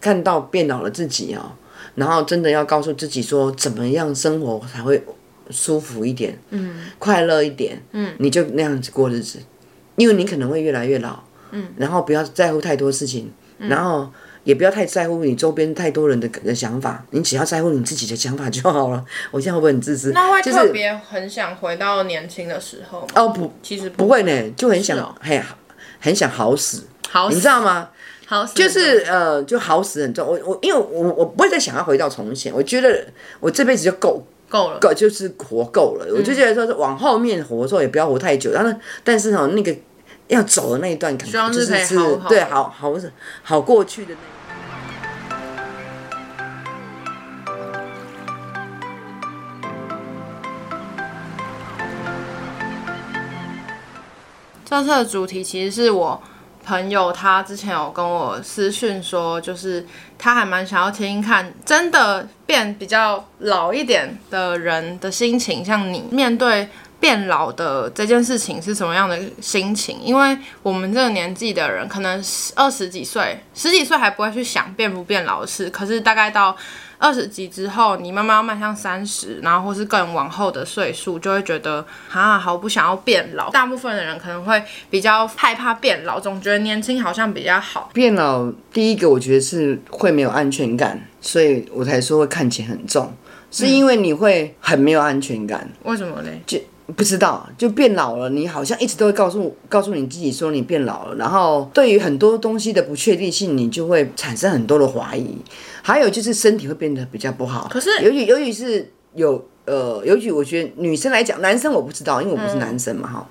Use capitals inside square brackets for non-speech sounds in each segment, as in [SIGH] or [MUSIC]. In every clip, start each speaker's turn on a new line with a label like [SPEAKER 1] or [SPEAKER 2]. [SPEAKER 1] 看到变老了自己哦，然后真的要告诉自己说，怎么样生活才会舒服一点，嗯，快乐一点，嗯，你就那样子过日子，因为你可能会越来越老，嗯，然后不要在乎太多事情，然后也不要太在乎你周边太多人的的想法，你只要在乎你自己的想法就好了。 [LAUGHS] 我现在会不会很自私？
[SPEAKER 2] 那会
[SPEAKER 1] 就
[SPEAKER 2] 特
[SPEAKER 1] 是
[SPEAKER 2] 别很想回到年轻的时候吗
[SPEAKER 1] 哦不
[SPEAKER 2] 其实
[SPEAKER 1] 不
[SPEAKER 2] 不
[SPEAKER 1] 会呢，就很想
[SPEAKER 2] 是哦哦
[SPEAKER 1] 嘿很想好死，
[SPEAKER 2] 好死，
[SPEAKER 1] 你知道吗？
[SPEAKER 2] 好死
[SPEAKER 1] 就是呃，就好死很重。我我因为我我不会再想要回到从前，我觉得我这辈子就够
[SPEAKER 2] 够了，
[SPEAKER 1] 够，就是活够了。我就觉得说，是往后面活的时候也不要活太久，但是但是哦，那个要走的那一段感
[SPEAKER 2] 望
[SPEAKER 1] 觉就是
[SPEAKER 2] 可
[SPEAKER 1] 是
[SPEAKER 2] 以
[SPEAKER 1] 是
[SPEAKER 2] 好好
[SPEAKER 1] 对好好好过去的那一
[SPEAKER 2] 这次的主题其实是我朋友他之前有跟我私讯说，就是他还蛮想要听听看，真的变比较老一点的人的心情，像你面对。变老的这件事情是什么样的心情？因为我们这个年纪的人，可能十二十几岁、十几岁还不会去想变不变老的事，可是大概到二十几之后，你慢慢要迈向三十，然后或是更往后的岁数，就会觉得啊，好不想要变老。大部分的人可能会比较害怕变老，总觉得年轻好像比较好。
[SPEAKER 1] 变老，第一个我觉得是会没有安全感，所以我才说会看起来很重，是因为你会很没有安全感。
[SPEAKER 2] 为什么嘞？
[SPEAKER 1] 不知道，就变老了。你好像一直都会告诉告诉你自己说你变老了，然后对于很多东西的不确定性，你就会产生很多的怀疑。还有就是身体会变得比较不好。
[SPEAKER 2] 可是
[SPEAKER 1] 尤其尤其是有呃，尤其我觉得女生来讲，男生我不知道，因为我不是男生嘛哈。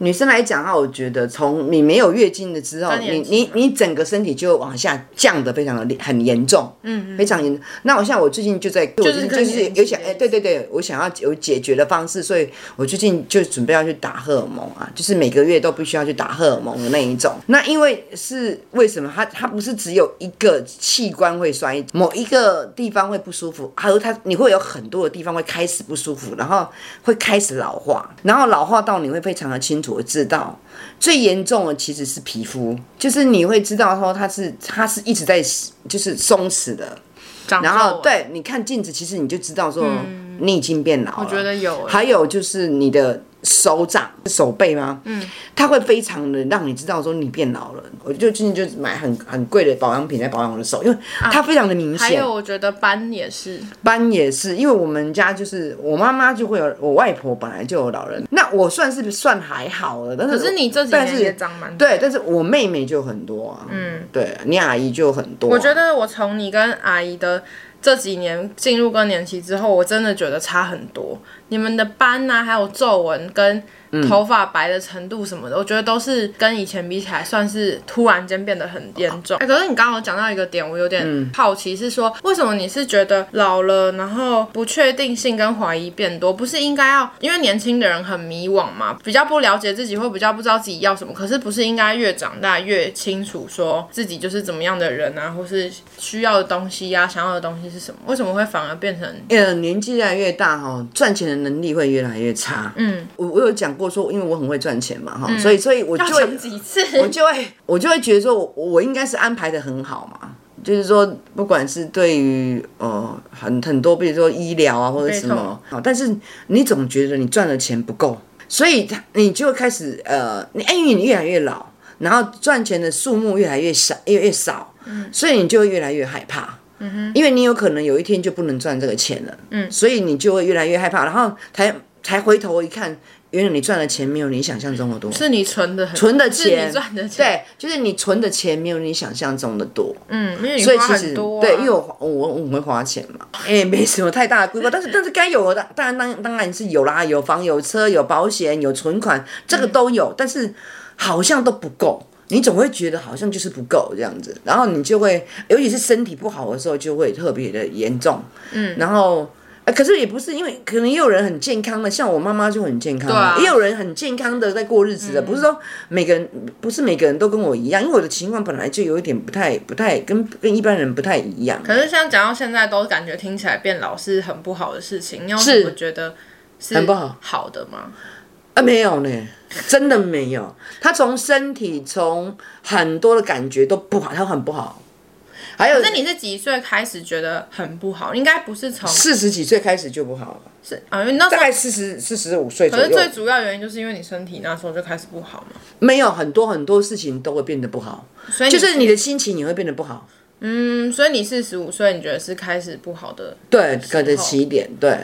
[SPEAKER 1] 女生来讲哈，我觉得从你没有月经的之后，
[SPEAKER 2] 年
[SPEAKER 1] 你
[SPEAKER 2] 纪
[SPEAKER 1] 你你整个身体就往下降的非常的厉很严重，嗯非常严。那我像我最近就在，我最近
[SPEAKER 2] 更
[SPEAKER 1] 就是
[SPEAKER 2] 年期
[SPEAKER 1] 有想
[SPEAKER 2] 的
[SPEAKER 1] 哎、
[SPEAKER 2] 意思
[SPEAKER 1] 对对对，我想要有解决的方式，所以我最近就准备要去打荷尔蒙啊，就是每个月都必须要去打荷尔蒙的那一种。那因为是为什么它它不是只有一个器官会衰，某一个地方会不舒服，还有它你会有很多的地方会开始不舒服，然后会开始老化，然后老化到你会非常的清楚的知道。最严重的其实是皮肤，就是你会知道说它是它是一直在就是松弛的，
[SPEAKER 2] 长
[SPEAKER 1] 然
[SPEAKER 2] 皱
[SPEAKER 1] 后
[SPEAKER 2] 纹，
[SPEAKER 1] 对，你看镜子，其实你就知道说你已经变老了。
[SPEAKER 2] 嗯我觉得有欸
[SPEAKER 1] 还有就是你的手掌、手背吗？嗯，它会非常的让你知道说你变老了。我就最近就买很很贵的保养品来保养我的手，因为它非常的明
[SPEAKER 2] 啊还
[SPEAKER 1] 显。
[SPEAKER 2] 有我觉得斑也是，
[SPEAKER 1] 斑也是，因为我们家就是我妈妈就会有，我外婆本来就有老人，那我算是算还好了。但是
[SPEAKER 2] 可是你这几
[SPEAKER 1] 但
[SPEAKER 2] 年
[SPEAKER 1] 呃是
[SPEAKER 2] 也长蛮多
[SPEAKER 1] 对，但是我妹妹就很多啊。嗯，对你阿姨就很多啊、
[SPEAKER 2] 我觉得我从你跟阿姨的这几年进入更年期之后，我真的觉得差很多。你们的斑呐、还有皱纹跟
[SPEAKER 1] 嗯
[SPEAKER 2] 头发白的程度什么的，我觉得都是跟以前比起来，算是突然间变得很严重。
[SPEAKER 1] 嗯
[SPEAKER 2] 哎、可是你刚刚有讲到一个点，我有点好奇，是说为什么你是觉得老了，然后不确定性跟怀疑变多，不是应该要因为年轻的人很迷惘嘛，比较不了解自己，或比较不知道自己要什么，可是不是应该越长大越清楚说自己就是怎么样的人啊，或是需要的东西呀、想要的东西是什么？为什么会反而变成
[SPEAKER 1] 呃，年纪越来越大哈，赚钱的能力会越来越差。嗯，我我有讲过说，因为我很会赚钱嘛哈、所以所以我就
[SPEAKER 2] 要
[SPEAKER 1] 会
[SPEAKER 2] 讲几次？
[SPEAKER 1] 我就会我就会觉得说我我应该是安排的很好嘛，就是说不管是对于呃很很多，比如说医疗啊或者什么，好，但是你总觉得你赚的钱不够，所以他你就会开始呃，你因为你越来越老，然后赚钱的数目越来越少，越来越少，所以你就会越来越害怕。因为你有可能有一天就不能赚这个钱了，嗯，所以你就会越来越害怕，然后才才回头一看，原来你赚的钱没有你想象中的多，
[SPEAKER 2] [LAUGHS] 是你存的很
[SPEAKER 1] 存的
[SPEAKER 2] 是
[SPEAKER 1] 钱
[SPEAKER 2] 你赚的钱，
[SPEAKER 1] 对，就是你存的钱没有你想象中的多，
[SPEAKER 2] 嗯，因为你
[SPEAKER 1] 所以
[SPEAKER 2] 花
[SPEAKER 1] 其
[SPEAKER 2] 很
[SPEAKER 1] 实、
[SPEAKER 2] 多、啊，
[SPEAKER 1] 对，因为我花我我很会花钱
[SPEAKER 2] [LAUGHS]
[SPEAKER 1] 嘛，哎、没什么太大的规划，但是但是该有的当然当当然是有啦，有房有车有保险有存款，这个都
[SPEAKER 2] 嗯
[SPEAKER 1] 有，但是好像都不够。你总会觉得好像就是不够这样子，然后你就会，尤其是身体不好的时候，就会特别的严重。嗯，然后、呃可是也不是因为，可能也有人很健康的，像我妈妈就很健康、
[SPEAKER 2] 对啊嗯
[SPEAKER 1] 也有人很健康的在过日子的，不是说每个人不是每个人都跟我一样，因为我的情况本来就有一点不太不太跟跟一般人不太一样。
[SPEAKER 2] 可是像讲到现在，都感觉听起来变老是很不好的事情。你有什
[SPEAKER 1] 是
[SPEAKER 2] 么觉得是
[SPEAKER 1] 很不好
[SPEAKER 2] 好的吗？
[SPEAKER 1] 啊，没有呢，真的没有。他从身体从很多的感觉都不好，他很不好。还有
[SPEAKER 2] 可是你是几岁开始觉得很不好？应该不是从
[SPEAKER 1] 四十几岁开始就不好了，
[SPEAKER 2] 是啊，因为那时
[SPEAKER 1] 大
[SPEAKER 2] 候
[SPEAKER 1] 概四十四十五岁左
[SPEAKER 2] 可是
[SPEAKER 1] 右，
[SPEAKER 2] 最主要原因就是因为你身体那时候就开始不好嘛，
[SPEAKER 1] 没有很多很多事情都会变得不好，
[SPEAKER 2] 所以
[SPEAKER 1] 就是你的心情也会变得不好。
[SPEAKER 2] 嗯，所以你四十五岁，你觉得是开始不好的？
[SPEAKER 1] 对，可能起点对，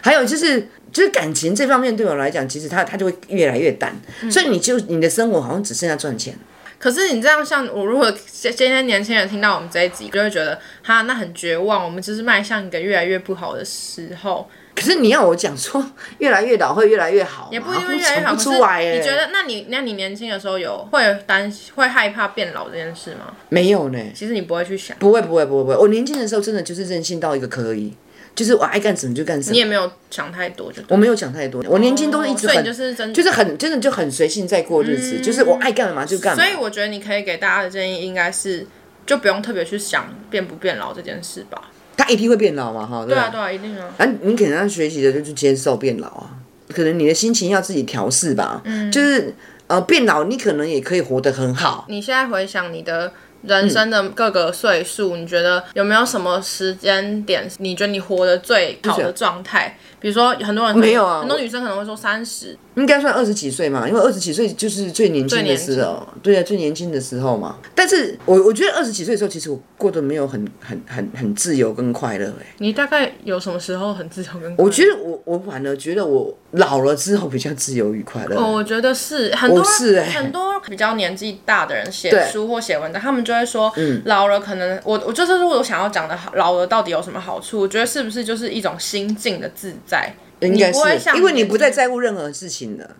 [SPEAKER 1] 还有就是就是感情这方面对我来讲，其实它它就会越来越淡，
[SPEAKER 2] 嗯
[SPEAKER 1] 所以你就你的生活好像只剩下赚钱。
[SPEAKER 2] 可是你这样，像我如果今今天年轻人听到我们这一集，就会觉得哈，那很绝望，我们就是迈向一个越来越不好的时候，
[SPEAKER 1] 可是你要我讲说越来越老会越来越好吗，也
[SPEAKER 2] 也不一定会越来越好。
[SPEAKER 1] 啊不出哎来
[SPEAKER 2] 可
[SPEAKER 1] 耶。
[SPEAKER 2] 是你觉得？那你那你年轻的时候有会担心会害怕变老这件事吗？
[SPEAKER 1] 没有呢？
[SPEAKER 2] 其实你不会去想，
[SPEAKER 1] 不会不会不会不会，我年轻的时候真的就是任性到一个可以，就是我爱干什么就干什
[SPEAKER 2] 你也
[SPEAKER 1] 么。
[SPEAKER 2] 没有想太多，就对
[SPEAKER 1] 我没有想太多，我年轻都是一直
[SPEAKER 2] 所以
[SPEAKER 1] 很、
[SPEAKER 2] 你就是真
[SPEAKER 1] 就是很真的就很随性在过日子，就是我爱干嘛就干嘛。
[SPEAKER 2] 所以我觉得你可以给大家的建议应该是，就不用特别去想变不变老这件事吧。
[SPEAKER 1] 他一定会变老嘛哈，对
[SPEAKER 2] 对
[SPEAKER 1] 吧
[SPEAKER 2] 啊，对啊，一定啊。
[SPEAKER 1] 啊，你可能要学习的就是接受变老啊，可能你的心情要自己调试吧。嗯，就是呃，变老你可能也可以活得很好。
[SPEAKER 2] 你现在回想你的人生的各个岁数，你觉得有没有什么时间点，你觉得你活得最好的状态？比如说，很多人
[SPEAKER 1] 没有啊
[SPEAKER 2] 很多女生可能会说三十，
[SPEAKER 1] 应该算二十几岁嘛，因为二十几岁就是最年轻的时候，对啊，最年轻的时候嘛。但是我我觉得二十几岁的时候，其实我过得没有很很很很自由跟快乐、欸。
[SPEAKER 2] 你大概有什么时候很自由跟？
[SPEAKER 1] 我觉得我我反而觉得我老了之后比较自由与快乐。
[SPEAKER 2] 哦，我觉得是很多
[SPEAKER 1] 我是欸
[SPEAKER 2] 很多比较年纪大的人写
[SPEAKER 1] 对嗯
[SPEAKER 2] 书或写文章，他们就会说，老了可能我我就是我想要讲的，老了到底有什么好处？我觉得是不是就是一种心境的自在？
[SPEAKER 1] 应该
[SPEAKER 2] 你不会
[SPEAKER 1] 是
[SPEAKER 2] 像
[SPEAKER 1] 因为你不再在乎任何事情了，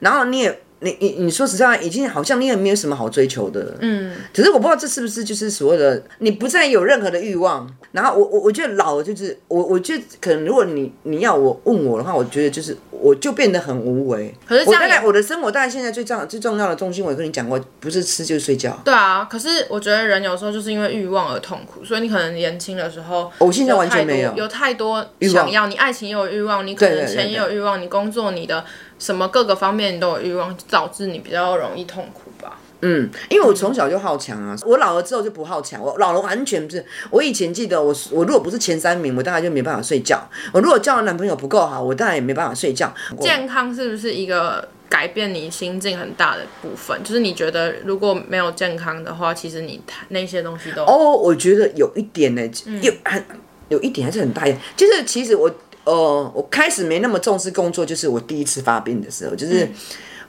[SPEAKER 1] 然后你也你你你说实在话，已经好像你也没有什么好追求的，嗯。只是我不知道这是不是就是所谓的你不再有任何的欲望，然后我我我觉得老了就是我我觉得可能如果你你要我问我的话，我觉得就是我就变得很无为。可
[SPEAKER 2] 是这
[SPEAKER 1] 我
[SPEAKER 2] 样
[SPEAKER 1] 大
[SPEAKER 2] 也
[SPEAKER 1] 概我的生活大概现在最重要最重要的中心，我也跟你讲过，不是吃就是睡觉。
[SPEAKER 2] 对啊，可是我觉得人有时候就是因为欲望而痛苦，所以你可能年轻的时候，我
[SPEAKER 1] 现在完全没有
[SPEAKER 2] 有太多想要，你爱情也有欲望，你可
[SPEAKER 1] 对
[SPEAKER 2] 能
[SPEAKER 1] 对
[SPEAKER 2] 钱也有欲望，你工作你的什么各个方面你都有欲望，导致你比较容易痛苦吧。
[SPEAKER 1] 嗯，因为我从小就好强啊，我老了之后就不好强，我老了完全不是。我以前记得我我如果不是前三名，我大概就没办法睡觉；我如果交的男朋友不够好，我当然也没办法睡觉。我
[SPEAKER 2] 健康是不是一个改变你心境很大的部分？就是你觉得如果没有健康的话，其实你那些东西都……
[SPEAKER 1] 哦，我觉得有一点呢、
[SPEAKER 2] 嗯
[SPEAKER 1] 有很有一点还是很大一点，就是其实我呃，我开始没那么重视工作，就是我第一次发病的时候，就是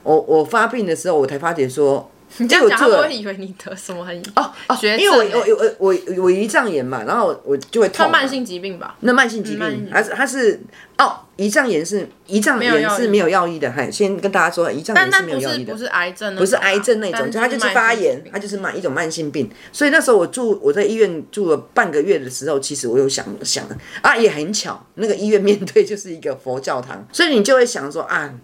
[SPEAKER 1] 我我发病的时候，我才发觉说，哎你
[SPEAKER 2] 嗯 [LAUGHS] 这样讲，他们会以为你得什么很哦
[SPEAKER 1] 哦，
[SPEAKER 2] 绝症
[SPEAKER 1] 因为我
[SPEAKER 2] 欸
[SPEAKER 1] 我我我我我胰脏炎嘛，然后我就会痛
[SPEAKER 2] 算
[SPEAKER 1] 嘛，
[SPEAKER 2] [LAUGHS] 慢性疾病吧？
[SPEAKER 1] 那慢性疾
[SPEAKER 2] 嗯慢性
[SPEAKER 1] 病，它是它是哦，胰脏炎是胰脏
[SPEAKER 2] 有药
[SPEAKER 1] 炎
[SPEAKER 2] 医
[SPEAKER 1] 是没有药医的，嗨，先跟大家说，胰脏
[SPEAKER 2] 但
[SPEAKER 1] 炎是
[SPEAKER 2] 但
[SPEAKER 1] 没
[SPEAKER 2] 不
[SPEAKER 1] 有药
[SPEAKER 2] 是
[SPEAKER 1] 医的
[SPEAKER 2] 不，是癌症那种啊，
[SPEAKER 1] 不是癌症那种，
[SPEAKER 2] 但
[SPEAKER 1] 就它就是
[SPEAKER 2] 慢性
[SPEAKER 1] 发炎
[SPEAKER 2] 疾，病
[SPEAKER 1] 它就是慢一种慢性病。所以那时候我住我在医院住了半个月的时候，其实我有想想啊，也很巧，那个医院面对就是一个佛教堂， [LAUGHS] 所以你就会想说啊。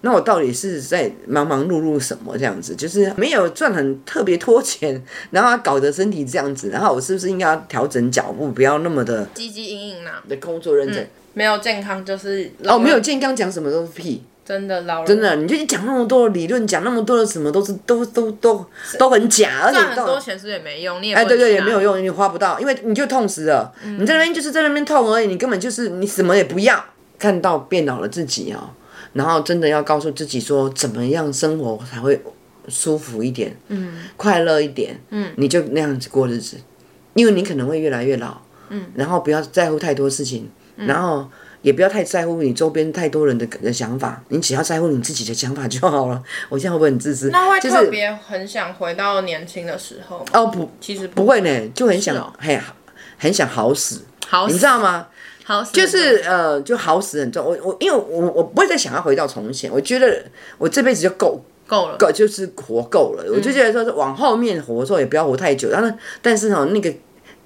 [SPEAKER 1] 那我到底是在忙忙碌碌什么这样子？就是没有赚很特别多钱， [LAUGHS] 然后搞得身体这样子，然后我是不是应该要调整脚步，不要那么的
[SPEAKER 2] 积极阴影啊，
[SPEAKER 1] 的工作认真？
[SPEAKER 2] 没有健康就是
[SPEAKER 1] 哦，
[SPEAKER 2] 老
[SPEAKER 1] 没有
[SPEAKER 2] 了
[SPEAKER 1] 健康讲什么都是屁，
[SPEAKER 2] 真的老了
[SPEAKER 1] 真的，你就讲那么多的理论，讲那么多的什么都是都都都都很假，而且
[SPEAKER 2] 赚很多
[SPEAKER 1] 都
[SPEAKER 2] 钱是不是也啊嗯没用，你也
[SPEAKER 1] 哎对对也没有
[SPEAKER 2] 用。
[SPEAKER 1] 用，你花不到，因为你就痛死了，你在那边就是在那边痛而已，你根本就是你什么也不要。看到变老了自己哦，然后真的要告诉自己说，怎么样生活才会舒服一点，嗯，快乐一点，嗯，你就那样子过日子，因为你可能会越来越老，嗯，然后不要在乎太多事情，
[SPEAKER 2] 嗯
[SPEAKER 1] 然后也不要太在乎你周边太多人的的想法，你只要在乎你自己的想法就好了。我现在会不会很自私？
[SPEAKER 2] 那会
[SPEAKER 1] 就
[SPEAKER 2] 特
[SPEAKER 1] 是
[SPEAKER 2] 别很想回到年轻的时候吗？
[SPEAKER 1] 哦不
[SPEAKER 2] 其实
[SPEAKER 1] 不会呢，就很
[SPEAKER 2] 是
[SPEAKER 1] 想
[SPEAKER 2] 哦
[SPEAKER 1] 嘿很想好死，
[SPEAKER 2] 好死，
[SPEAKER 1] 你知道吗？
[SPEAKER 2] 好死
[SPEAKER 1] 就是呃，就好死很重。我我因为我我不会再想要回到从前，我觉得我这辈子就够
[SPEAKER 2] 够了，
[SPEAKER 1] 够，就是活够
[SPEAKER 2] 嗯
[SPEAKER 1] 了。我就觉得说是往后面活的时候也不要活太久，然后但是哦那个。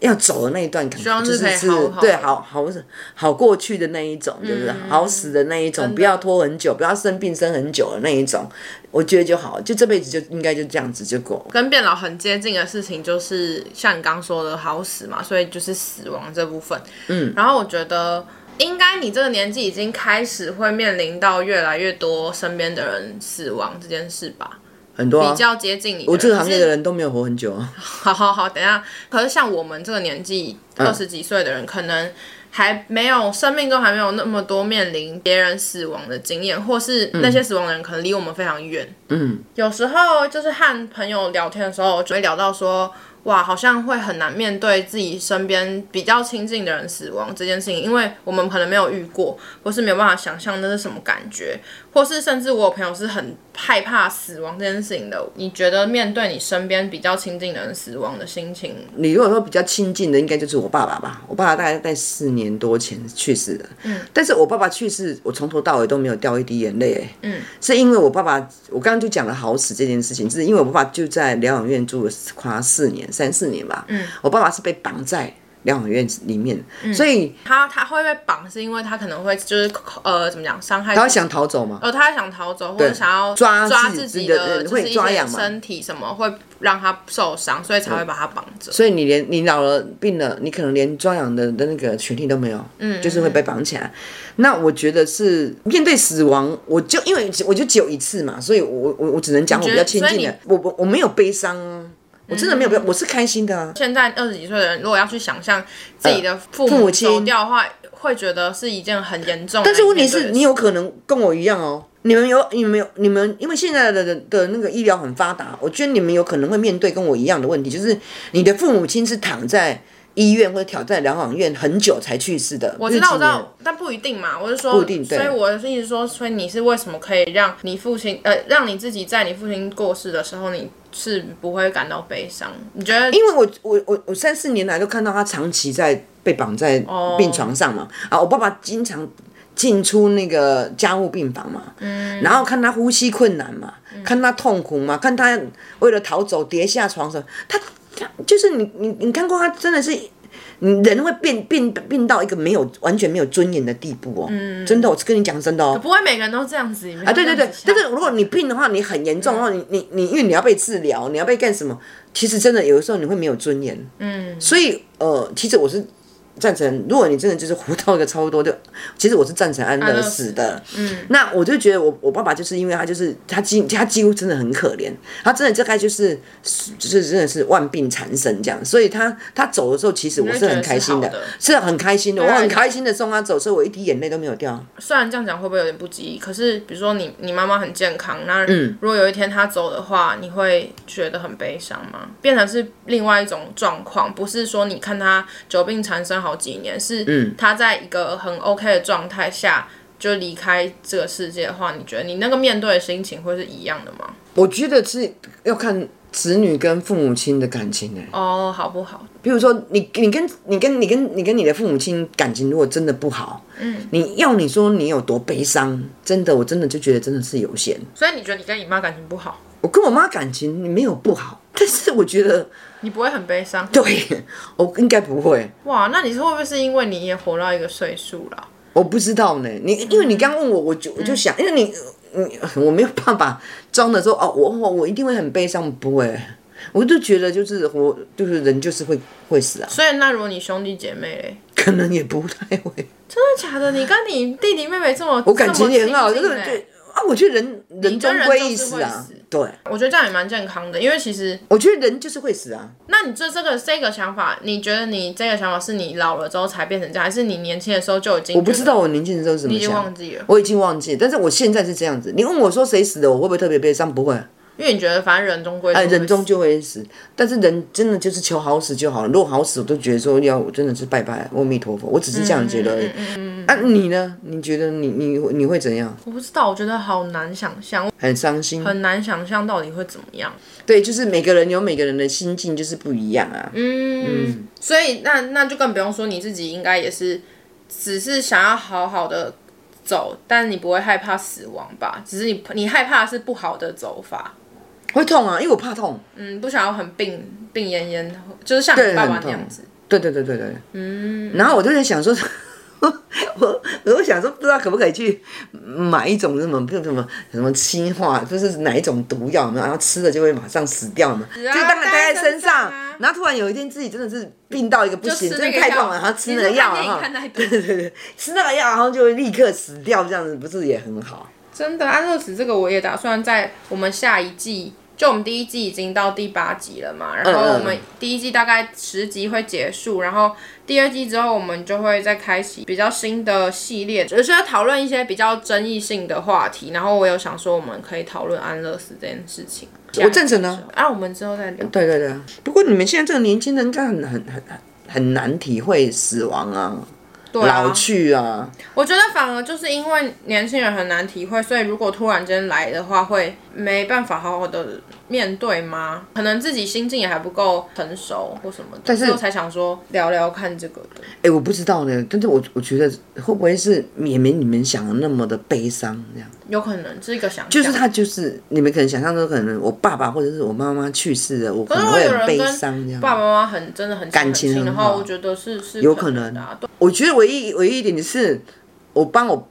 [SPEAKER 1] 要走的那一段感觉，
[SPEAKER 2] 望
[SPEAKER 1] 就是是
[SPEAKER 2] 可以
[SPEAKER 1] 是
[SPEAKER 2] 好嗯好
[SPEAKER 1] 对好好好过去的那一种，就是好死的那一种，不要拖很久，不要生病生很久的那一种，我觉得就好，就这辈子就应该就这样子就过。
[SPEAKER 2] 跟变老很接近的事情，就是像你刚刚说的好死嘛，所以就是死亡这部分。嗯，然后我觉得应该你这个年纪已经开始会面临到越来越多身边的人死亡这件事吧。
[SPEAKER 1] 很多啊
[SPEAKER 2] 比。较接近你的人。
[SPEAKER 1] 我这个行业的
[SPEAKER 2] 可是
[SPEAKER 1] 人都没有活很久啊。
[SPEAKER 2] 好好好，等一下。可是像我们这个年纪，二十几岁的人，可能还没有生命中还没有那么多面临别人死亡的经验，或是那些死亡的人可能离我们非常远。
[SPEAKER 1] 嗯，
[SPEAKER 2] 有时候就是和朋友聊天的时候，就会聊到说，哇，好像会很难面对自己身边比较亲近的人死亡这件事情，因为我们可能没有遇过，或是没有办法想象那是什么感觉，或是甚至我有朋友是很害怕死亡这件事情的。你觉得面对你身边比较亲近的人死亡的心情，
[SPEAKER 1] 你如果说比较亲近的，应该就是我爸爸吧。我爸爸大概在四年多前去世的。嗯，但是我爸爸去世，我从头到尾都没有掉一滴眼泪、欸。嗯，是因为我爸爸，我刚刚就讲了好死这件事情，是因为我爸爸就在疗养院住了快四年，三四年吧。嗯，我爸爸是被绑在疗养院里面，所以
[SPEAKER 2] 他他会被绑，是因为他可能会就是呃怎么讲伤害
[SPEAKER 1] 他会想逃走嘛。
[SPEAKER 2] 呃，他还想逃走，或者想要
[SPEAKER 1] 抓
[SPEAKER 2] 抓
[SPEAKER 1] 自己
[SPEAKER 2] 己
[SPEAKER 1] 的
[SPEAKER 2] 的，
[SPEAKER 1] 人
[SPEAKER 2] 就是
[SPEAKER 1] 会
[SPEAKER 2] 一
[SPEAKER 1] 抓
[SPEAKER 2] 些
[SPEAKER 1] 痒嗯嘛
[SPEAKER 2] 身体什么会让他受伤，所以才会把他绑着。
[SPEAKER 1] 所以你连你老了病了，你可能连抓痒的的那个权利都没有，嗯，就是会被绑起来。那我觉得是面对死亡，我就因为我就只有一次嘛，所以我我我只能讲我
[SPEAKER 2] 你嗯
[SPEAKER 1] 比
[SPEAKER 2] 觉
[SPEAKER 1] 较
[SPEAKER 2] 得
[SPEAKER 1] 亲近
[SPEAKER 2] 所以
[SPEAKER 1] 的，我我我没有悲伤啊，我真的没有悲，我是开心的啊。
[SPEAKER 2] 现在二十几岁的人，如果要去想象自己的父
[SPEAKER 1] 呃父母
[SPEAKER 2] 母
[SPEAKER 1] 亲
[SPEAKER 2] 走掉的话，会觉得是一件很严重。
[SPEAKER 1] 但是问题是你
[SPEAKER 2] 有
[SPEAKER 1] 有可能跟我一样哦，你们有你们有你们，因为现在的的的那个医疗很发达，我觉得你们有可能会面对跟我一样的问题，就是你的父母亲是躺在医院或者躺在疗养院很久才去世的。
[SPEAKER 2] 我
[SPEAKER 1] 就是
[SPEAKER 2] 知道，我
[SPEAKER 1] 几
[SPEAKER 2] 知
[SPEAKER 1] 年
[SPEAKER 2] 道，但不一定嘛。我是说，
[SPEAKER 1] 不一定对
[SPEAKER 2] 所以我是一直说，所以你是为什么可以让你父亲呃，让你自己在你父亲过世的时候，你是不会感到悲伤？你觉得
[SPEAKER 1] 因为我我我我三四年来都看到他长期在被绑在病床上嘛，啊，我爸爸经常进出那个家务病房嘛，嗯，然后看他呼吸困难嘛，看他痛苦嘛，看他为了逃走跌下床什么，他他就是你你你看过他真的是。你人会变变变到一个没有完全没有尊严的地步哦，嗯、真的，我是跟你讲真的哦，
[SPEAKER 2] 不会每个人都这样子？你没有
[SPEAKER 1] 啊对对
[SPEAKER 2] 这
[SPEAKER 1] 对
[SPEAKER 2] 样子，想
[SPEAKER 1] 但是如果你病的话，你很严重的话，你你你，因为你要被治疗，你要被干什么？其实真的有的时候你会没有尊严。嗯，所以呃，其实我是赞成，如果你真的就是活到一个差不多，就其实我是赞成安乐死的。嗯，那我就觉得我我爸爸就是因为他就是他几他几乎真的很可怜，他真的大概就是就是真的是万病缠身这样，所以他他走的时候，其实我是很开心的
[SPEAKER 2] 你会觉得，
[SPEAKER 1] 是很开心的，我
[SPEAKER 2] 啊
[SPEAKER 1] 很开心的送他走，所以我一滴眼泪都没有掉。
[SPEAKER 2] 虽然这样讲会不会有点不吉利，可是比如说你你妈妈很健康，那如果有一天她走的话，你会觉得很悲伤吗？变成是另外一种状况，不是说你看她久病缠身好几年，是她在一个很 OK 的状态下就离开这个世界的话，你觉得你那个面对的心情会是一样的吗？
[SPEAKER 1] 我觉得是要看子女跟父母亲的感情呢、欸
[SPEAKER 2] 哦、好不好？
[SPEAKER 1] 比如说你你跟你跟你跟你跟你的父母亲感情如果真的不好，嗯，你要你说你有多悲伤，真的我真的就觉得真的是有限。
[SPEAKER 2] 所以你觉得你跟你妈感情不好，
[SPEAKER 1] 我跟我妈感情没有不好， [LAUGHS] 但是我觉得
[SPEAKER 2] 你不会很悲伤？
[SPEAKER 1] 对我应该不会，
[SPEAKER 2] 哇，那你是会不会是因为你也活到一个岁数了？
[SPEAKER 1] 我不知道呢。你因为你刚问我，我就我就想，因为你你我没有办法装的说哦，我我我一定会很悲伤，不会。我就觉得就是我就是人就是会会死啊，
[SPEAKER 2] 所以那如果你兄弟姐妹嘞？
[SPEAKER 1] 可能也不太会。 [LAUGHS]
[SPEAKER 2] 真的假的？你跟你弟弟妹妹这么，
[SPEAKER 1] 我感情也很好，
[SPEAKER 2] 这
[SPEAKER 1] 就
[SPEAKER 2] 么
[SPEAKER 1] 是
[SPEAKER 2] 亲
[SPEAKER 1] 对
[SPEAKER 2] 近欸
[SPEAKER 1] 啊，我觉得人人终
[SPEAKER 2] 跟人
[SPEAKER 1] 归
[SPEAKER 2] 就是
[SPEAKER 1] 一死
[SPEAKER 2] 会
[SPEAKER 1] 啊
[SPEAKER 2] 死，
[SPEAKER 1] 对，
[SPEAKER 2] 我觉得这样也蛮健康的，因为其实，
[SPEAKER 1] 我觉得人就是会死啊。
[SPEAKER 2] 那你这这个这个想法，你觉得你这个想法是你老了之后才变成这样，还是你年轻的时候就已经？
[SPEAKER 1] 我不知，道我年轻的时候是怎么
[SPEAKER 2] 已经
[SPEAKER 1] 想
[SPEAKER 2] 忘，记了，
[SPEAKER 1] 我已经忘记，但是我现在是这样子。你问我说谁死的，我会不会特别悲伤？不会，
[SPEAKER 2] 因为你觉得反正人终归
[SPEAKER 1] 哎，人终
[SPEAKER 2] 终
[SPEAKER 1] 就会死。但是人真的就是求好死就好了，如果好死，我都觉得说要我真的是拜拜阿弥陀佛，我只是这样觉得而已。
[SPEAKER 2] 嗯
[SPEAKER 1] 啊，你呢？你觉得你你你会怎样？
[SPEAKER 2] 我不知道，我觉得好难想象，
[SPEAKER 1] 很伤心。
[SPEAKER 2] 很难想象到底会怎么样。
[SPEAKER 1] 对，就是每个人有每个人的心境，就是不一样啊。
[SPEAKER 2] 嗯，所以那那就更不用说你自己应该也是，只是想要好好的走，但你不会害怕死亡吧？只是你你害怕的是不好的走法，
[SPEAKER 1] 会痛啊，因为我怕痛。
[SPEAKER 2] 嗯，不想要很病病恹恹，就是像
[SPEAKER 1] 对
[SPEAKER 2] 你爸爸
[SPEAKER 1] 很
[SPEAKER 2] 那
[SPEAKER 1] 痛
[SPEAKER 2] 样子。
[SPEAKER 1] 对对对对对，嗯。然后我就在想说， [LAUGHS] 我我想说，不知道可不可以去买一种什么，不是什么什么氰化，就是哪一种毒药有没有？然后吃了就会马上死掉嘛，就
[SPEAKER 2] 啊
[SPEAKER 1] 当然待
[SPEAKER 2] 带在
[SPEAKER 1] 在身
[SPEAKER 2] 身上
[SPEAKER 1] 上
[SPEAKER 2] 啊。
[SPEAKER 1] 然后突然有一天自己真的是病到一个不行，
[SPEAKER 2] 就吃
[SPEAKER 1] 真
[SPEAKER 2] 那
[SPEAKER 1] 的
[SPEAKER 2] 个
[SPEAKER 1] 太痛了，
[SPEAKER 2] 药
[SPEAKER 1] 然后吃
[SPEAKER 2] 你
[SPEAKER 1] 那
[SPEAKER 2] 是
[SPEAKER 1] 个
[SPEAKER 2] 看
[SPEAKER 1] 药啊，
[SPEAKER 2] 电影
[SPEAKER 1] 然后
[SPEAKER 2] 看太多
[SPEAKER 1] 对 [LAUGHS] 对对，吃那个药，然后就会立刻死掉，这样子不是也很好？
[SPEAKER 2] 真的，安乐死这个我也打算在我们下一季就我们第一季已经到第八集了嘛，
[SPEAKER 1] 嗯
[SPEAKER 2] 然后我们第一季大概十集会结束，然后第二季之后我们就会再开启比较新的系列，就是要讨论一些比较争议性的话题。然后我有想说我们可以讨论安乐死这件事情。
[SPEAKER 1] 我赞成啊，
[SPEAKER 2] 啊，我们之后再聊。
[SPEAKER 1] 对对对，不过你们现在这个年轻人，应该很很很很很难体会死亡啊。
[SPEAKER 2] 对啊
[SPEAKER 1] 老去啊，
[SPEAKER 2] 我觉得反而就是因为年轻人很难体会，所以如果突然间来的话，会没办法好好的面对吗？可能自己心境也还不够成熟或什么的，
[SPEAKER 1] 但是
[SPEAKER 2] 所以我才想说聊聊看这个的。
[SPEAKER 1] 哎、我不知道呢，但是我我觉得会不会是也没你们想的那么的悲伤这样？
[SPEAKER 2] 有可能是一个想象，
[SPEAKER 1] 就是他就是你们可能想象中可能我爸爸或者是我妈妈去世了，我可
[SPEAKER 2] 可是
[SPEAKER 1] 能
[SPEAKER 2] 我
[SPEAKER 1] 会
[SPEAKER 2] 有
[SPEAKER 1] 很
[SPEAKER 2] 人
[SPEAKER 1] 悲
[SPEAKER 2] 跟
[SPEAKER 1] 伤这样。
[SPEAKER 2] 爸爸妈妈很真的很
[SPEAKER 1] 感情
[SPEAKER 2] 很亲的
[SPEAKER 1] 很
[SPEAKER 2] 话，
[SPEAKER 1] 好
[SPEAKER 2] 我觉得是是
[SPEAKER 1] 有
[SPEAKER 2] 可
[SPEAKER 1] 可
[SPEAKER 2] 的、
[SPEAKER 1] 能
[SPEAKER 2] 啊。对
[SPEAKER 1] 我觉得唯一唯一一点是，我帮我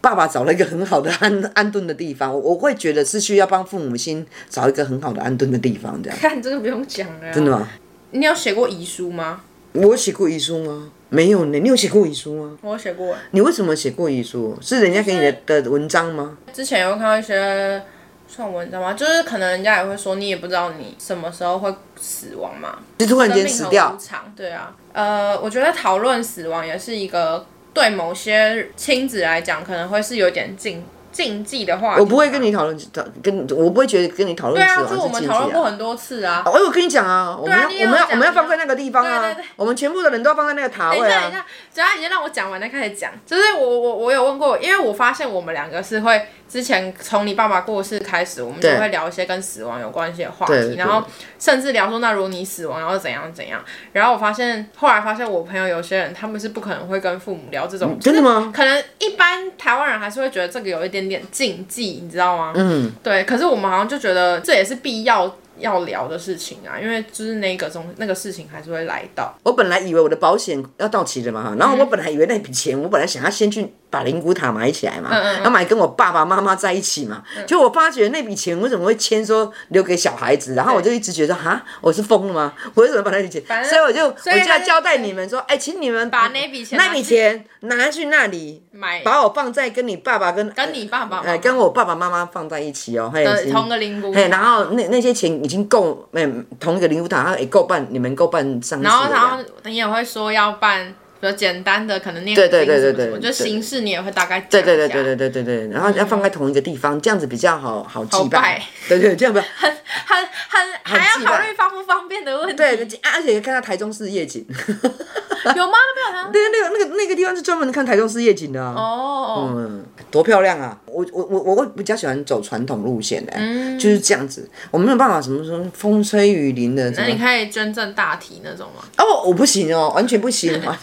[SPEAKER 1] 爸爸找了一个很好的安 [LAUGHS] 安顿的地方，我我会觉得是需要帮父母亲找一个很好的安顿的地方这样。
[SPEAKER 2] 看这个不用讲了、
[SPEAKER 1] 真的？吗？
[SPEAKER 2] 你有写过遗书吗？
[SPEAKER 1] 我有写过遗书吗？没有呢，你有写过遗书吗？
[SPEAKER 2] 我有写过。
[SPEAKER 1] 你为什么写过遗书？是人家给你的的文章吗？
[SPEAKER 2] 之前有看到一些算文章吗？就是可能人家也会说，你也不知道你什么时候会死亡嘛，
[SPEAKER 1] 就突然
[SPEAKER 2] 生
[SPEAKER 1] 间
[SPEAKER 2] 命
[SPEAKER 1] 死
[SPEAKER 2] 很
[SPEAKER 1] 掉
[SPEAKER 2] 无？常，对啊。呃，我觉得讨论死亡也是一个对某些亲子来讲，可能会是有点禁禁忌的话题。
[SPEAKER 1] 我不会跟你讨论讨跟，我不会觉得跟你讨论
[SPEAKER 2] 对
[SPEAKER 1] 死
[SPEAKER 2] 啊，
[SPEAKER 1] 亡
[SPEAKER 2] 就我
[SPEAKER 1] 是禁
[SPEAKER 2] 们
[SPEAKER 1] 忌
[SPEAKER 2] 讨论过
[SPEAKER 1] 啊。
[SPEAKER 2] 很多次啊。
[SPEAKER 1] 哦哎，我跟你讲啊，我们要
[SPEAKER 2] 你也
[SPEAKER 1] 我们要
[SPEAKER 2] 有
[SPEAKER 1] 我们要
[SPEAKER 2] 讲
[SPEAKER 1] 放在那个地方啊
[SPEAKER 2] 对对对，
[SPEAKER 1] 我们全部的人都要放在那个塔
[SPEAKER 2] 等
[SPEAKER 1] 位
[SPEAKER 2] 一下，等一
[SPEAKER 1] 啊。
[SPEAKER 2] 下，只要已经让我讲完再开始讲。就是我我我有问过，因为我发现我们两个是会之前从你爸爸过世开始，我们就
[SPEAKER 1] 对
[SPEAKER 2] 会聊一些跟死亡有关系的话
[SPEAKER 1] 对
[SPEAKER 2] 题，
[SPEAKER 1] 对
[SPEAKER 2] 然后甚至聊说那如果你死亡，然后怎样怎样。然后我发现后来发现我朋友有些人他们是不可能会跟父母聊这种，
[SPEAKER 1] 嗯真的吗？
[SPEAKER 2] 可能一般台湾人还是会觉得这个有一点点禁忌，你知道吗？
[SPEAKER 1] 嗯，
[SPEAKER 2] 对。可是我们好像就觉得这也是必要。要聊的事情啊，因为就是那个中那个事情还是会来到，
[SPEAKER 1] 我本来以为我的保险要到期了嘛，哈然后我本来以为那笔钱，我本来想要先去把灵骨塔买起来
[SPEAKER 2] 嗯
[SPEAKER 1] 嘛，要买跟我爸爸妈妈在一起嘛。就我发觉那笔钱我怎么会签说留给小孩子，然后我就一直觉得哈，我是疯了吗？我为什么把那笔钱？
[SPEAKER 2] 正
[SPEAKER 1] 所以我就我
[SPEAKER 2] 以
[SPEAKER 1] 就
[SPEAKER 2] 他
[SPEAKER 1] 要
[SPEAKER 2] 就
[SPEAKER 1] 交代你们说，哎，请你们
[SPEAKER 2] 把那笔钱拿
[SPEAKER 1] 那笔
[SPEAKER 2] 去
[SPEAKER 1] 钱拿去那里
[SPEAKER 2] 买
[SPEAKER 1] 把我放在跟你爸爸跟
[SPEAKER 2] 跟你爸爸妈妈
[SPEAKER 1] 哎跟我爸爸妈妈放在一起哦，嘿，
[SPEAKER 2] 呃
[SPEAKER 1] 行
[SPEAKER 2] 同个灵骨塔
[SPEAKER 1] 嘿，然后那那些钱已经够，哎，同一个灵骨塔，它也够办，你们够办丧事了
[SPEAKER 2] 然后，
[SPEAKER 1] 这样
[SPEAKER 2] 然后你也会说要办，比如简单的，可能念
[SPEAKER 1] 对对
[SPEAKER 2] 经
[SPEAKER 1] 对
[SPEAKER 2] 什么
[SPEAKER 1] 对
[SPEAKER 2] 什么
[SPEAKER 1] 对
[SPEAKER 2] 就
[SPEAKER 1] 对
[SPEAKER 2] 形式你也会大概
[SPEAKER 1] 对
[SPEAKER 2] 对
[SPEAKER 1] 对对对对对对对，然后要放在同一个地方，这样子比较好好祭拜
[SPEAKER 2] 拜。
[SPEAKER 1] 对对，这样比较
[SPEAKER 2] 很很很还
[SPEAKER 1] 祭
[SPEAKER 2] 要考
[SPEAKER 1] 拜
[SPEAKER 2] 虑方不方便的问题，
[SPEAKER 1] 对，啊而且看到台中市夜景，
[SPEAKER 2] 有吗？都没有呢。
[SPEAKER 1] 对，那个那个那个地方是专门看台中市夜景的啊。
[SPEAKER 2] 哦，
[SPEAKER 1] 嗯，多漂亮啊！我我我我会比较喜欢走传统路线的、就是这样子。我没有办法什么什么风吹雨淋的什
[SPEAKER 2] 那你
[SPEAKER 1] 么。
[SPEAKER 2] 可以捐赠大体那种吗？
[SPEAKER 1] 哦，我不行哦，完全不行 [LAUGHS] 啊！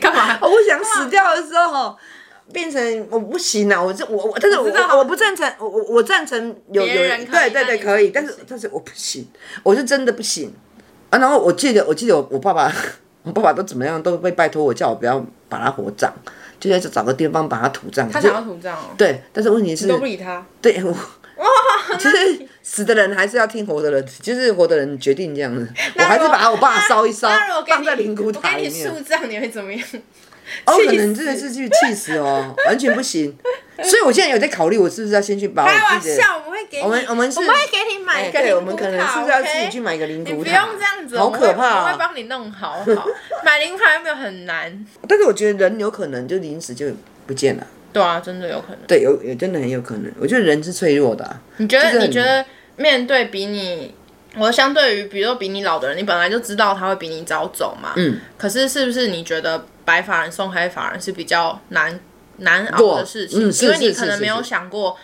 [SPEAKER 2] 干嘛？
[SPEAKER 1] 哦我想死掉的时候，变成我不行啊！我这我我，但是我
[SPEAKER 2] 我知道
[SPEAKER 1] 我我不赞成，我我我赞成有
[SPEAKER 2] 别
[SPEAKER 1] 有
[SPEAKER 2] 人可
[SPEAKER 1] 对对
[SPEAKER 2] 以但
[SPEAKER 1] 对
[SPEAKER 2] 你
[SPEAKER 1] 可以，
[SPEAKER 2] 不
[SPEAKER 1] 但是但是我不行，我是真的不行啊！然后我记得我记得我我爸爸，我爸爸都怎么样都被拜托我叫我不要把他火葬，就要找个地方把他土葬。
[SPEAKER 2] 他
[SPEAKER 1] 就
[SPEAKER 2] 想要土葬哦，
[SPEAKER 1] 对，但是问题是
[SPEAKER 2] 你都不理他。
[SPEAKER 1] 对我。 [LAUGHS] 就是死的人还是要听活的人，就是活的人决定这样子。我
[SPEAKER 2] 那
[SPEAKER 1] 还是
[SPEAKER 2] 如果
[SPEAKER 1] 把我爸烧一烧
[SPEAKER 2] 那如果，给
[SPEAKER 1] 放
[SPEAKER 2] 你
[SPEAKER 1] 在灵骨
[SPEAKER 2] 我
[SPEAKER 1] 塔
[SPEAKER 2] 给
[SPEAKER 1] 里
[SPEAKER 2] 你
[SPEAKER 1] 面。
[SPEAKER 2] 树葬，你会怎么样？
[SPEAKER 1] 哦，
[SPEAKER 2] 气
[SPEAKER 1] 可能真的是去气死哦， [LAUGHS] 完全不行。所以我现在有在考虑，我是不是要先去把
[SPEAKER 2] 开
[SPEAKER 1] 我
[SPEAKER 2] 玩
[SPEAKER 1] 自己的。
[SPEAKER 2] 笑，我们会给你，
[SPEAKER 1] 我们我们是
[SPEAKER 2] 我们会给你买
[SPEAKER 1] 哎
[SPEAKER 2] 一个
[SPEAKER 1] 对，我
[SPEAKER 2] 灵
[SPEAKER 1] 们
[SPEAKER 2] 骨
[SPEAKER 1] 可能
[SPEAKER 2] 塔
[SPEAKER 1] 是不是要自
[SPEAKER 2] OK？
[SPEAKER 1] 己去买个灵
[SPEAKER 2] 你
[SPEAKER 1] 骨
[SPEAKER 2] 不
[SPEAKER 1] 塔？
[SPEAKER 2] 用这样子，
[SPEAKER 1] 好
[SPEAKER 2] 我们
[SPEAKER 1] 可
[SPEAKER 2] 会我
[SPEAKER 1] 怕
[SPEAKER 2] 们会
[SPEAKER 1] 哦！
[SPEAKER 2] 帮你弄好，好
[SPEAKER 1] [LAUGHS]
[SPEAKER 2] 不好？买灵牌没有很难，
[SPEAKER 1] 但是我觉得人有可能就临时就不见了，
[SPEAKER 2] 对啊，真的有可能。
[SPEAKER 1] 对，有有真的很有可能。我觉得人是脆弱的啊、
[SPEAKER 2] 你觉
[SPEAKER 1] 就是
[SPEAKER 2] 得
[SPEAKER 1] 很
[SPEAKER 2] 你觉得面对比你，我相对于比如说比你老的人，你本来就知道他会比你早走嘛，
[SPEAKER 1] 嗯，
[SPEAKER 2] 可是是不是你觉得白发人送黑发人是比较难难熬
[SPEAKER 1] 过
[SPEAKER 2] 的事情？
[SPEAKER 1] 嗯是
[SPEAKER 2] 因为你
[SPEAKER 1] 是是
[SPEAKER 2] 可能
[SPEAKER 1] 是
[SPEAKER 2] 没有
[SPEAKER 1] 是
[SPEAKER 2] 想过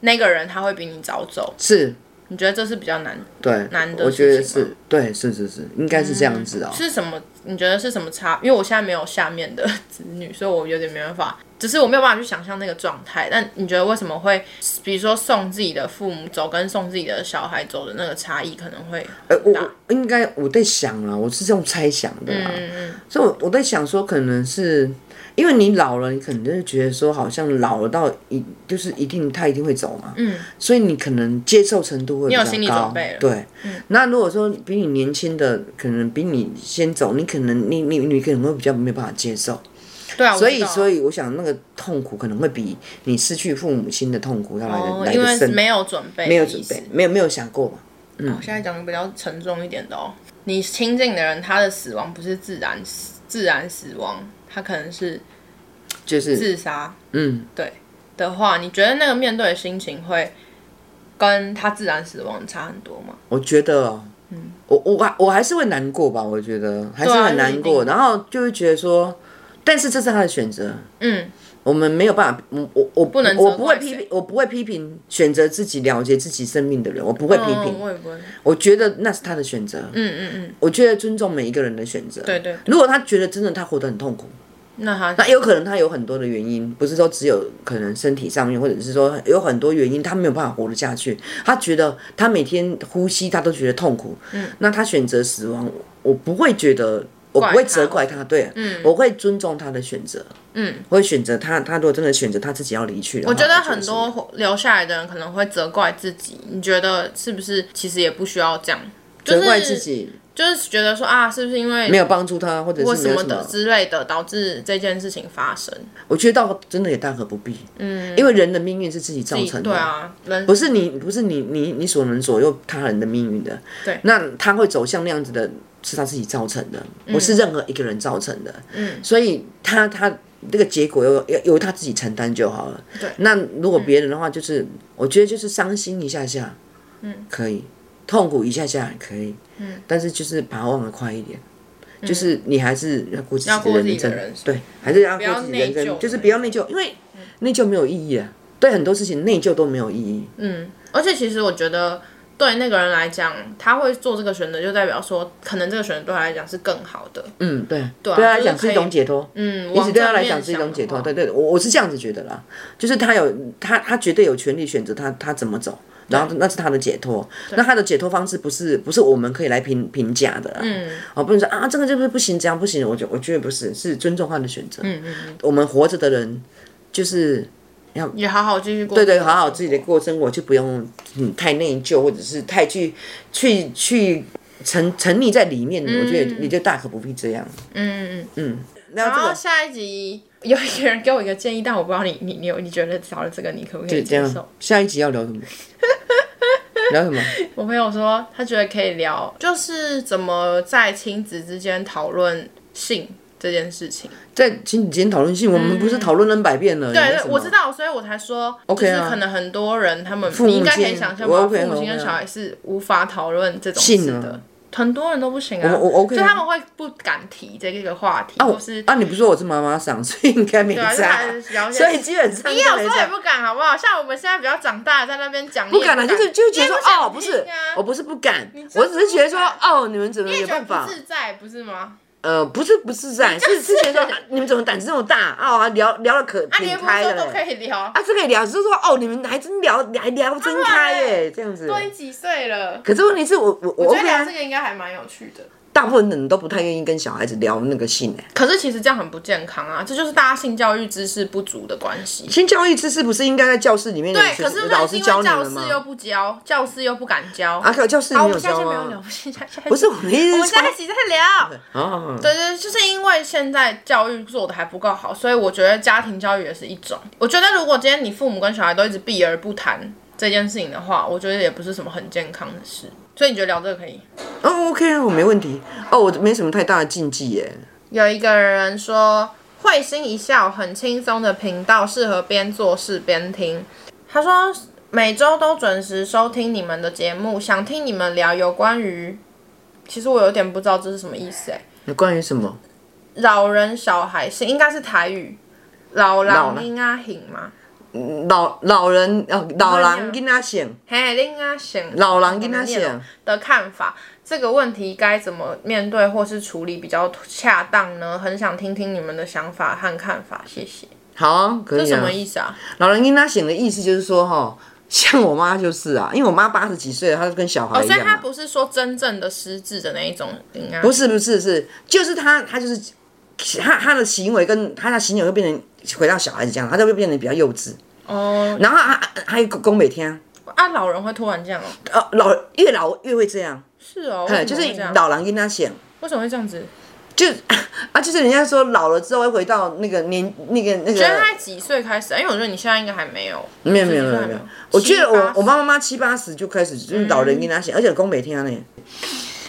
[SPEAKER 2] 那个人他会比你早走，
[SPEAKER 1] 是
[SPEAKER 2] 你觉得这是比较难？
[SPEAKER 1] 对
[SPEAKER 2] 难，的
[SPEAKER 1] 我觉得
[SPEAKER 2] 事情吗
[SPEAKER 1] 是对，是是是，应该是这样子哦。
[SPEAKER 2] 是什么？你觉得是什么差？因为我现在没有下面的 [LAUGHS] 子女，所以我有点没办法，只是我没有办法去想象那个状态。但你觉得为什么会，比如说送自己的父母走跟送自己的小孩走的那个差异可能会
[SPEAKER 1] 呃，我
[SPEAKER 2] 大
[SPEAKER 1] 我应该我在想啦，我是这种猜想的啦，
[SPEAKER 2] 嗯
[SPEAKER 1] 所以我我在想说，可能是因为你老了，你可能就是觉得说，好像老了到一就是一定他一定会走嘛，嗯，所以你可能接受程度会比较
[SPEAKER 2] 有
[SPEAKER 1] 高，
[SPEAKER 2] 心理准备了嗯
[SPEAKER 1] 对。那如果说比你年轻的，可能比你先走，你可能你你你可能会比较没有办法接受。
[SPEAKER 2] 对啊，我
[SPEAKER 1] 所以
[SPEAKER 2] 知道
[SPEAKER 1] 所以我想那个痛苦可能会比你失去父母亲的痛苦要来的、
[SPEAKER 2] 哦，
[SPEAKER 1] 来
[SPEAKER 2] 因
[SPEAKER 1] 的
[SPEAKER 2] 为
[SPEAKER 1] 深，
[SPEAKER 2] 没有准备，
[SPEAKER 1] 没有准备。，嗯没有没有想过嘛。
[SPEAKER 2] 我现在讲比较沉重一点的哦，你亲近的人他的死亡不是自然死，自然死亡，他可能是
[SPEAKER 1] 就是
[SPEAKER 2] 自杀
[SPEAKER 1] 嗯，
[SPEAKER 2] 的话，你觉得那个面对的心情会跟他自然死亡差很多吗？
[SPEAKER 1] 我觉得哦，我我还我还是会难过吧，我觉得还是
[SPEAKER 2] 嗯对啊
[SPEAKER 1] 很难
[SPEAKER 2] 那
[SPEAKER 1] 过，
[SPEAKER 2] 一定
[SPEAKER 1] 然后就会觉得说，但是这是他的选择，
[SPEAKER 2] 嗯，
[SPEAKER 1] 我们没有办法，我我我不
[SPEAKER 2] 能责怪
[SPEAKER 1] 我不会批
[SPEAKER 2] 谁
[SPEAKER 1] 评，我不会批评选择自己了解自己生命的人，我不会批评，
[SPEAKER 2] 嗯我也不会。
[SPEAKER 1] 我觉得那是他的选择，
[SPEAKER 2] 嗯嗯嗯，
[SPEAKER 1] 我觉得尊重每一个人的选择。
[SPEAKER 2] 对对，
[SPEAKER 1] 如果他觉得真的他活得很痛苦，
[SPEAKER 2] 那他
[SPEAKER 1] 那有可能他有很多的原因，不是说只有可能身体上面，或者是说有很多原因他没有办法活得下去。他觉得他每天呼吸他都觉得痛苦，嗯，那他选择死亡，我不会觉得，我不
[SPEAKER 2] 怪
[SPEAKER 1] 会
[SPEAKER 2] 他
[SPEAKER 1] 责怪他，对，嗯，我会尊重他的选择，
[SPEAKER 2] 嗯，
[SPEAKER 1] 我会选择他，他如果真的选择他自己要离去的话，
[SPEAKER 2] 我觉得
[SPEAKER 1] 就
[SPEAKER 2] 很
[SPEAKER 1] 是
[SPEAKER 2] 多留下来的人可能会责怪自己，你觉得是不是？其实也不需要这样，就是
[SPEAKER 1] 责怪自，己
[SPEAKER 2] 就是觉得说啊，是不是因为
[SPEAKER 1] 没有帮助他，或者是没
[SPEAKER 2] 或
[SPEAKER 1] 有
[SPEAKER 2] 什么
[SPEAKER 1] 什
[SPEAKER 2] 的
[SPEAKER 1] 么
[SPEAKER 2] 之类的，导致这件事情发生？
[SPEAKER 1] 我觉得到真的也大可不必，嗯，因为人的命运是自己造成的，
[SPEAKER 2] 对啊，人
[SPEAKER 1] 不是你不是你你你所能左右他人的命运的，
[SPEAKER 2] 对，
[SPEAKER 1] 那他会走向那样子的，是他自己造成的，不是任何一个人造成的，
[SPEAKER 2] 嗯，
[SPEAKER 1] 所以他他这个结果由由由他自己承担就好了，
[SPEAKER 2] 对，
[SPEAKER 1] 那如果别人的话，就是、我觉得就是伤心一下下，嗯，可以，痛苦一下下可以，嗯，但是就是把它忘得快一点。就是你还是要顾自己
[SPEAKER 2] 嗯要顾
[SPEAKER 1] 的
[SPEAKER 2] 自己
[SPEAKER 1] 人
[SPEAKER 2] 的
[SPEAKER 1] 生
[SPEAKER 2] 人生，
[SPEAKER 1] 对，还是要
[SPEAKER 2] 不要
[SPEAKER 1] 顾自己的人
[SPEAKER 2] 内疚嗯
[SPEAKER 1] 生，就是不要内疚，因为内疚没有意义啊。对很多事情内疚都没有意义，
[SPEAKER 2] 嗯，而且其实我觉得。对那个人来讲，他会做这个选择，就代表说，可能这个选择对他来讲是更好的。
[SPEAKER 1] 嗯，对，
[SPEAKER 2] 对啊
[SPEAKER 1] 对他来
[SPEAKER 2] 就是
[SPEAKER 1] 讲是一
[SPEAKER 2] 可以
[SPEAKER 1] 种解脱，
[SPEAKER 2] 嗯，
[SPEAKER 1] 因此对他来
[SPEAKER 2] 讲
[SPEAKER 1] 讲是一种解脱。对对，我我是这样子觉得啦，就是他有他他绝对有权利选择他他怎么走，然后那是他的解脱。那他的解脱方式不是不是我们可以来评评价的啦，嗯，哦，不能说啊这个就是不行，这样不行，我觉我觉得不是，是尊重他的选择。嗯嗯，我们活着的人就是
[SPEAKER 2] 也好好继续过。对
[SPEAKER 1] 对，好好自己的过生活，就不用嗯太内疚，或者是太去去去沉沉溺在里面。我觉得你就大可不必这样。
[SPEAKER 2] 嗯嗯嗯。
[SPEAKER 1] 然
[SPEAKER 2] 然后下一集有一个人给我一个建议，但我不知道你 [LAUGHS] 你你有你觉得少了这个你可不可以
[SPEAKER 1] 这
[SPEAKER 2] 接
[SPEAKER 1] 样
[SPEAKER 2] 受？，
[SPEAKER 1] 下一集要聊什么？ [LAUGHS] 聊什么？
[SPEAKER 2] 我朋友说他觉得可以聊，就是怎么在亲子之间讨论性这件事情。
[SPEAKER 1] 在亲子间讨论性，我们不是讨论 N 百遍了？
[SPEAKER 2] 嗯对
[SPEAKER 1] 有
[SPEAKER 2] 对，
[SPEAKER 1] 什么
[SPEAKER 2] 哎我知。道，所以我才说
[SPEAKER 1] OK 啊
[SPEAKER 2] 就是可能很多人他们
[SPEAKER 1] 母
[SPEAKER 2] 你应该可以
[SPEAKER 1] 亲
[SPEAKER 2] 想象
[SPEAKER 1] 我
[SPEAKER 2] 吧，
[SPEAKER 1] OK
[SPEAKER 2] 父母亲
[SPEAKER 1] 我 OK
[SPEAKER 2] 跟
[SPEAKER 1] 啊
[SPEAKER 2] 小孩是无法讨论这种
[SPEAKER 1] 性
[SPEAKER 2] 事
[SPEAKER 1] 啊
[SPEAKER 2] 的。很多人都不行啊，
[SPEAKER 1] 我我 OK 啊
[SPEAKER 2] 就他们会不敢提这个话题，
[SPEAKER 1] 啊
[SPEAKER 2] 或
[SPEAKER 1] 我
[SPEAKER 2] 是
[SPEAKER 1] 啊，你不是说我是妈妈嗓，所以应该没
[SPEAKER 2] 对啊，就
[SPEAKER 1] 差
[SPEAKER 2] 还，是了解
[SPEAKER 1] 所以基本上
[SPEAKER 2] 你有
[SPEAKER 1] 都没
[SPEAKER 2] 时候也
[SPEAKER 1] 差。
[SPEAKER 2] 不敢，好不好？像我们现在比较长大，在那边讲，
[SPEAKER 1] 不
[SPEAKER 2] 你也
[SPEAKER 1] 敢了，啊就是就觉得说
[SPEAKER 2] 你也想
[SPEAKER 1] 哦，不是
[SPEAKER 2] 听啊，
[SPEAKER 1] 我不是不敢，
[SPEAKER 2] 就是
[SPEAKER 1] 我只是觉得说
[SPEAKER 2] 不
[SPEAKER 1] 哦，你们怎么
[SPEAKER 2] 你
[SPEAKER 1] 有
[SPEAKER 2] 也觉
[SPEAKER 1] 办
[SPEAKER 2] 得
[SPEAKER 1] 法
[SPEAKER 2] 不？自在，不是吗？
[SPEAKER 1] 呃，不是不是在，是是觉得说啊你们怎么胆子那么大啊？聊聊了可
[SPEAKER 2] 啊，你也
[SPEAKER 1] 挺
[SPEAKER 2] 不是
[SPEAKER 1] 开
[SPEAKER 2] 说
[SPEAKER 1] 了
[SPEAKER 2] 都可
[SPEAKER 1] 嘞，
[SPEAKER 2] 以聊，
[SPEAKER 1] 啊，这可以聊，就是说哦，你们还真聊，还聊真开耶，这样子。
[SPEAKER 2] 都已经几岁了，
[SPEAKER 1] 可是问题是我我我
[SPEAKER 2] 啊我觉得
[SPEAKER 1] OK
[SPEAKER 2] 聊
[SPEAKER 1] 啊
[SPEAKER 2] 这，个应该还蛮有趣的。
[SPEAKER 1] 大部分人都不太愿意跟小孩子聊那个性欸诶、
[SPEAKER 2] 可是其实这样很不健康啊，这就是大家性教育知识不足的关系。
[SPEAKER 1] 性教育知识不是应该在教室里面有
[SPEAKER 2] 对，
[SPEAKER 1] 学
[SPEAKER 2] 可是
[SPEAKER 1] 老
[SPEAKER 2] 问题
[SPEAKER 1] 师
[SPEAKER 2] 是
[SPEAKER 1] 教
[SPEAKER 2] 因
[SPEAKER 1] 你
[SPEAKER 2] 为教
[SPEAKER 1] 们
[SPEAKER 2] 室又
[SPEAKER 1] 吗？
[SPEAKER 2] 不教，教室又不敢教。
[SPEAKER 1] 啊，教教室里
[SPEAKER 2] 好，我
[SPEAKER 1] 面有
[SPEAKER 2] 们下
[SPEAKER 1] 教
[SPEAKER 2] 期没有
[SPEAKER 1] 吗
[SPEAKER 2] 聊，？下下
[SPEAKER 1] 不是，我的意思
[SPEAKER 2] 我们
[SPEAKER 1] 是说
[SPEAKER 2] 下一集再聊。
[SPEAKER 1] 啊，
[SPEAKER 2] 对对，就是因为现在教育做的还不够好，所以我觉得家庭教育也是一种。我觉得如果今天你父母跟小孩都一直避而不谈这件事情的话，我觉得也不是什么很健康的事。所以你觉得聊这个可以？
[SPEAKER 1] 哦 OK 啊，我没问题。哦，我没什么太大的禁忌耶、
[SPEAKER 2] 有一个人说，会心一笑很轻松的频道适合边做事边听。他说每周都准时收听你们的节目，想听你们聊有关于，其实我有点不知道这是什么意思哎、
[SPEAKER 1] 那关于什么？
[SPEAKER 2] 老人小孩是应该是台语，老人囡仔型嘛，
[SPEAKER 1] 老老人哦，老
[SPEAKER 2] 啊
[SPEAKER 1] 人跟他想，
[SPEAKER 2] 嘿，囡仔型，
[SPEAKER 1] 老人跟他想。
[SPEAKER 2] 的看法，这个问题该怎么面对或是处理比较恰当呢？很想听听你们的想法和看法，谢谢。
[SPEAKER 1] 好啊，可
[SPEAKER 2] 这
[SPEAKER 1] 以
[SPEAKER 2] 什
[SPEAKER 1] 啊
[SPEAKER 2] 么。意思啊？
[SPEAKER 1] 老人跟他想的意思就是说，哈，像我妈就是啊，因为我妈八十几岁了，她就跟小孩
[SPEAKER 2] 哦，
[SPEAKER 1] 一
[SPEAKER 2] 所以
[SPEAKER 1] 样
[SPEAKER 2] 他
[SPEAKER 1] 啊。
[SPEAKER 2] 不是说真正的失智的那一种应该
[SPEAKER 1] 不是不是是，就是她她就是她她的行为跟她的行为会变成回到小孩子这样，她就会变得比较幼稚。
[SPEAKER 2] 哦
[SPEAKER 1] 然后还还有公每天，
[SPEAKER 2] 啊，老人会突然这样哦，
[SPEAKER 1] 呃，老越老越会这样，
[SPEAKER 2] 是哦，为
[SPEAKER 1] 哎，
[SPEAKER 2] 什
[SPEAKER 1] 就
[SPEAKER 2] 么会
[SPEAKER 1] 是
[SPEAKER 2] 这样？
[SPEAKER 1] 老人跟他想，
[SPEAKER 2] 为什么会这样子？
[SPEAKER 1] 就啊，就是人家说老了之后会回到那个年那个那
[SPEAKER 2] 觉得
[SPEAKER 1] 个，
[SPEAKER 2] 他几岁开始啊？因为我觉得你现在应该还没有，
[SPEAKER 1] 没有没有没有
[SPEAKER 2] 就是还
[SPEAKER 1] 没
[SPEAKER 2] 没
[SPEAKER 1] 有
[SPEAKER 2] 有，
[SPEAKER 1] 我觉得
[SPEAKER 2] 七八
[SPEAKER 1] 我
[SPEAKER 2] 十嗯
[SPEAKER 1] 我妈妈七八十就开始就是老人跟她写，而且公每天呢，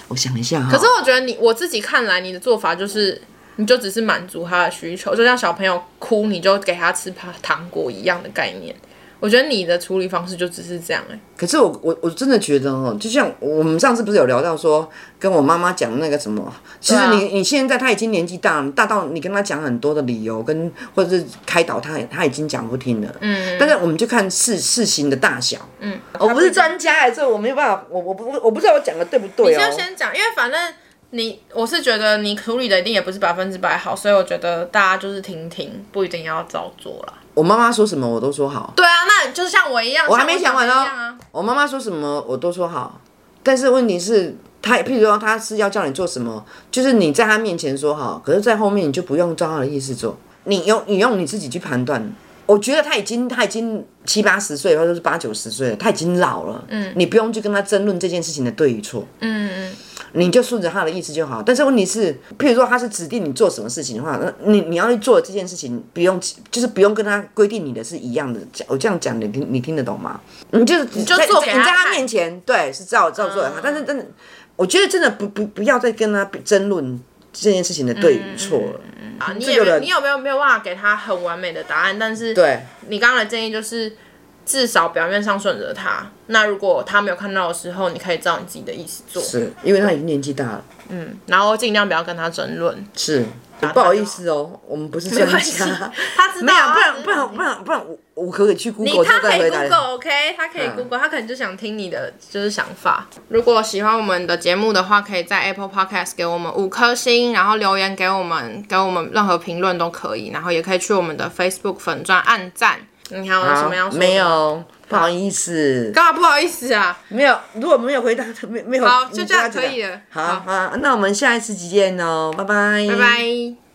[SPEAKER 1] 我想一下哈，
[SPEAKER 2] 可是我觉得你我自己看来，你的做法就是，你就只是满足他的需求，就像小朋友哭，你就给他吃糖糖果一样的概念。我觉得你的处理方式就只是这样、欸，
[SPEAKER 1] 可是我我我真的觉得哦，就像我们上次不是有聊到说，跟我妈妈讲那个什么，其实
[SPEAKER 2] 对啊
[SPEAKER 1] 你、你现在她已经年纪大了，大到你跟她讲很多的理由跟或者是开导她，她已经讲不听了。嗯，但是我们就看事事情的大小。嗯，我不是专家哎，这我没有办法，我我不我不知道我讲的对不对
[SPEAKER 2] 你
[SPEAKER 1] 哦
[SPEAKER 2] 就。先讲，因为反正你我是觉得你处理的一定也不是百分之百好，所以我觉得大家就是听听，不一定要照做啦。
[SPEAKER 1] 我妈妈说什么我都说好，
[SPEAKER 2] 对啊，那就是像我一样，我
[SPEAKER 1] 还没讲完哦
[SPEAKER 2] 一样啊。
[SPEAKER 1] 我妈妈说什么我都说好，但是问题是。她譬如说，她是要叫你做什么，就是你在她面前说好，可是，在后面你就不用照她的意思做，你用你用你自己去判断。我觉得她已经她已经七八十岁，或者是八九十岁了，她已经老了，嗯，你不用去跟她争论这件事情的对与错，
[SPEAKER 2] 嗯嗯，
[SPEAKER 1] 你就顺着她的意思就好。但是问题是，譬如说她是指定你做什么事情的话，那你你要去做这件事情，不用就是不用跟她规定你的是一样的。我这样讲，你听你听得懂吗？你就是你
[SPEAKER 2] 就做给
[SPEAKER 1] 你在
[SPEAKER 2] 她
[SPEAKER 1] 她
[SPEAKER 2] 看嗯
[SPEAKER 1] 面前，对，是照照做给她。但是真的，我觉得真的不不不要再跟她争论这件事情的对与错了。
[SPEAKER 2] 啊，你
[SPEAKER 1] 这
[SPEAKER 2] 也
[SPEAKER 1] 个
[SPEAKER 2] 没
[SPEAKER 1] 人
[SPEAKER 2] 你有没有没有办法给他很完美的答案？但是
[SPEAKER 1] 对，啊
[SPEAKER 2] 你刚刚的建议就是，至少表面上顺着他。那如果他没有看到的时候，你可以照你自己的意思做，
[SPEAKER 1] 是因为她已经年纪大了，
[SPEAKER 2] 然后尽量不要跟他争论。
[SPEAKER 1] 是不好意思哦，我们不是专
[SPEAKER 2] 没关系
[SPEAKER 1] 家。
[SPEAKER 2] 他知道
[SPEAKER 1] 没有，
[SPEAKER 2] 啊，
[SPEAKER 1] 不
[SPEAKER 2] 他
[SPEAKER 1] 然
[SPEAKER 2] 知
[SPEAKER 1] 不
[SPEAKER 2] 道
[SPEAKER 1] 然不然不然，我我可以去 Google 之
[SPEAKER 2] 他
[SPEAKER 1] 后
[SPEAKER 2] 可
[SPEAKER 1] 再
[SPEAKER 2] 以
[SPEAKER 1] 回答你。
[SPEAKER 2] Google OK，他
[SPEAKER 1] 嗯
[SPEAKER 2] 可以 Google，、他可能就想听你的就是想法。如果喜欢我们的节目的话，可以在 Apple Podcast 给我们五颗星，然后留言给我们，给我们任何评论都可以，然后也可以去我们的 Facebook 粉钻按赞。你还有什么要说的？
[SPEAKER 1] 没，有，不好意思，
[SPEAKER 2] 干嘛不好意思啊？
[SPEAKER 1] 没有。如果没有回答，没没有，
[SPEAKER 2] 好
[SPEAKER 1] 哦你
[SPEAKER 2] 就这样
[SPEAKER 1] 子
[SPEAKER 2] 可以了
[SPEAKER 1] 好好，那我们下一次集见哦，拜拜，
[SPEAKER 2] 拜。拜。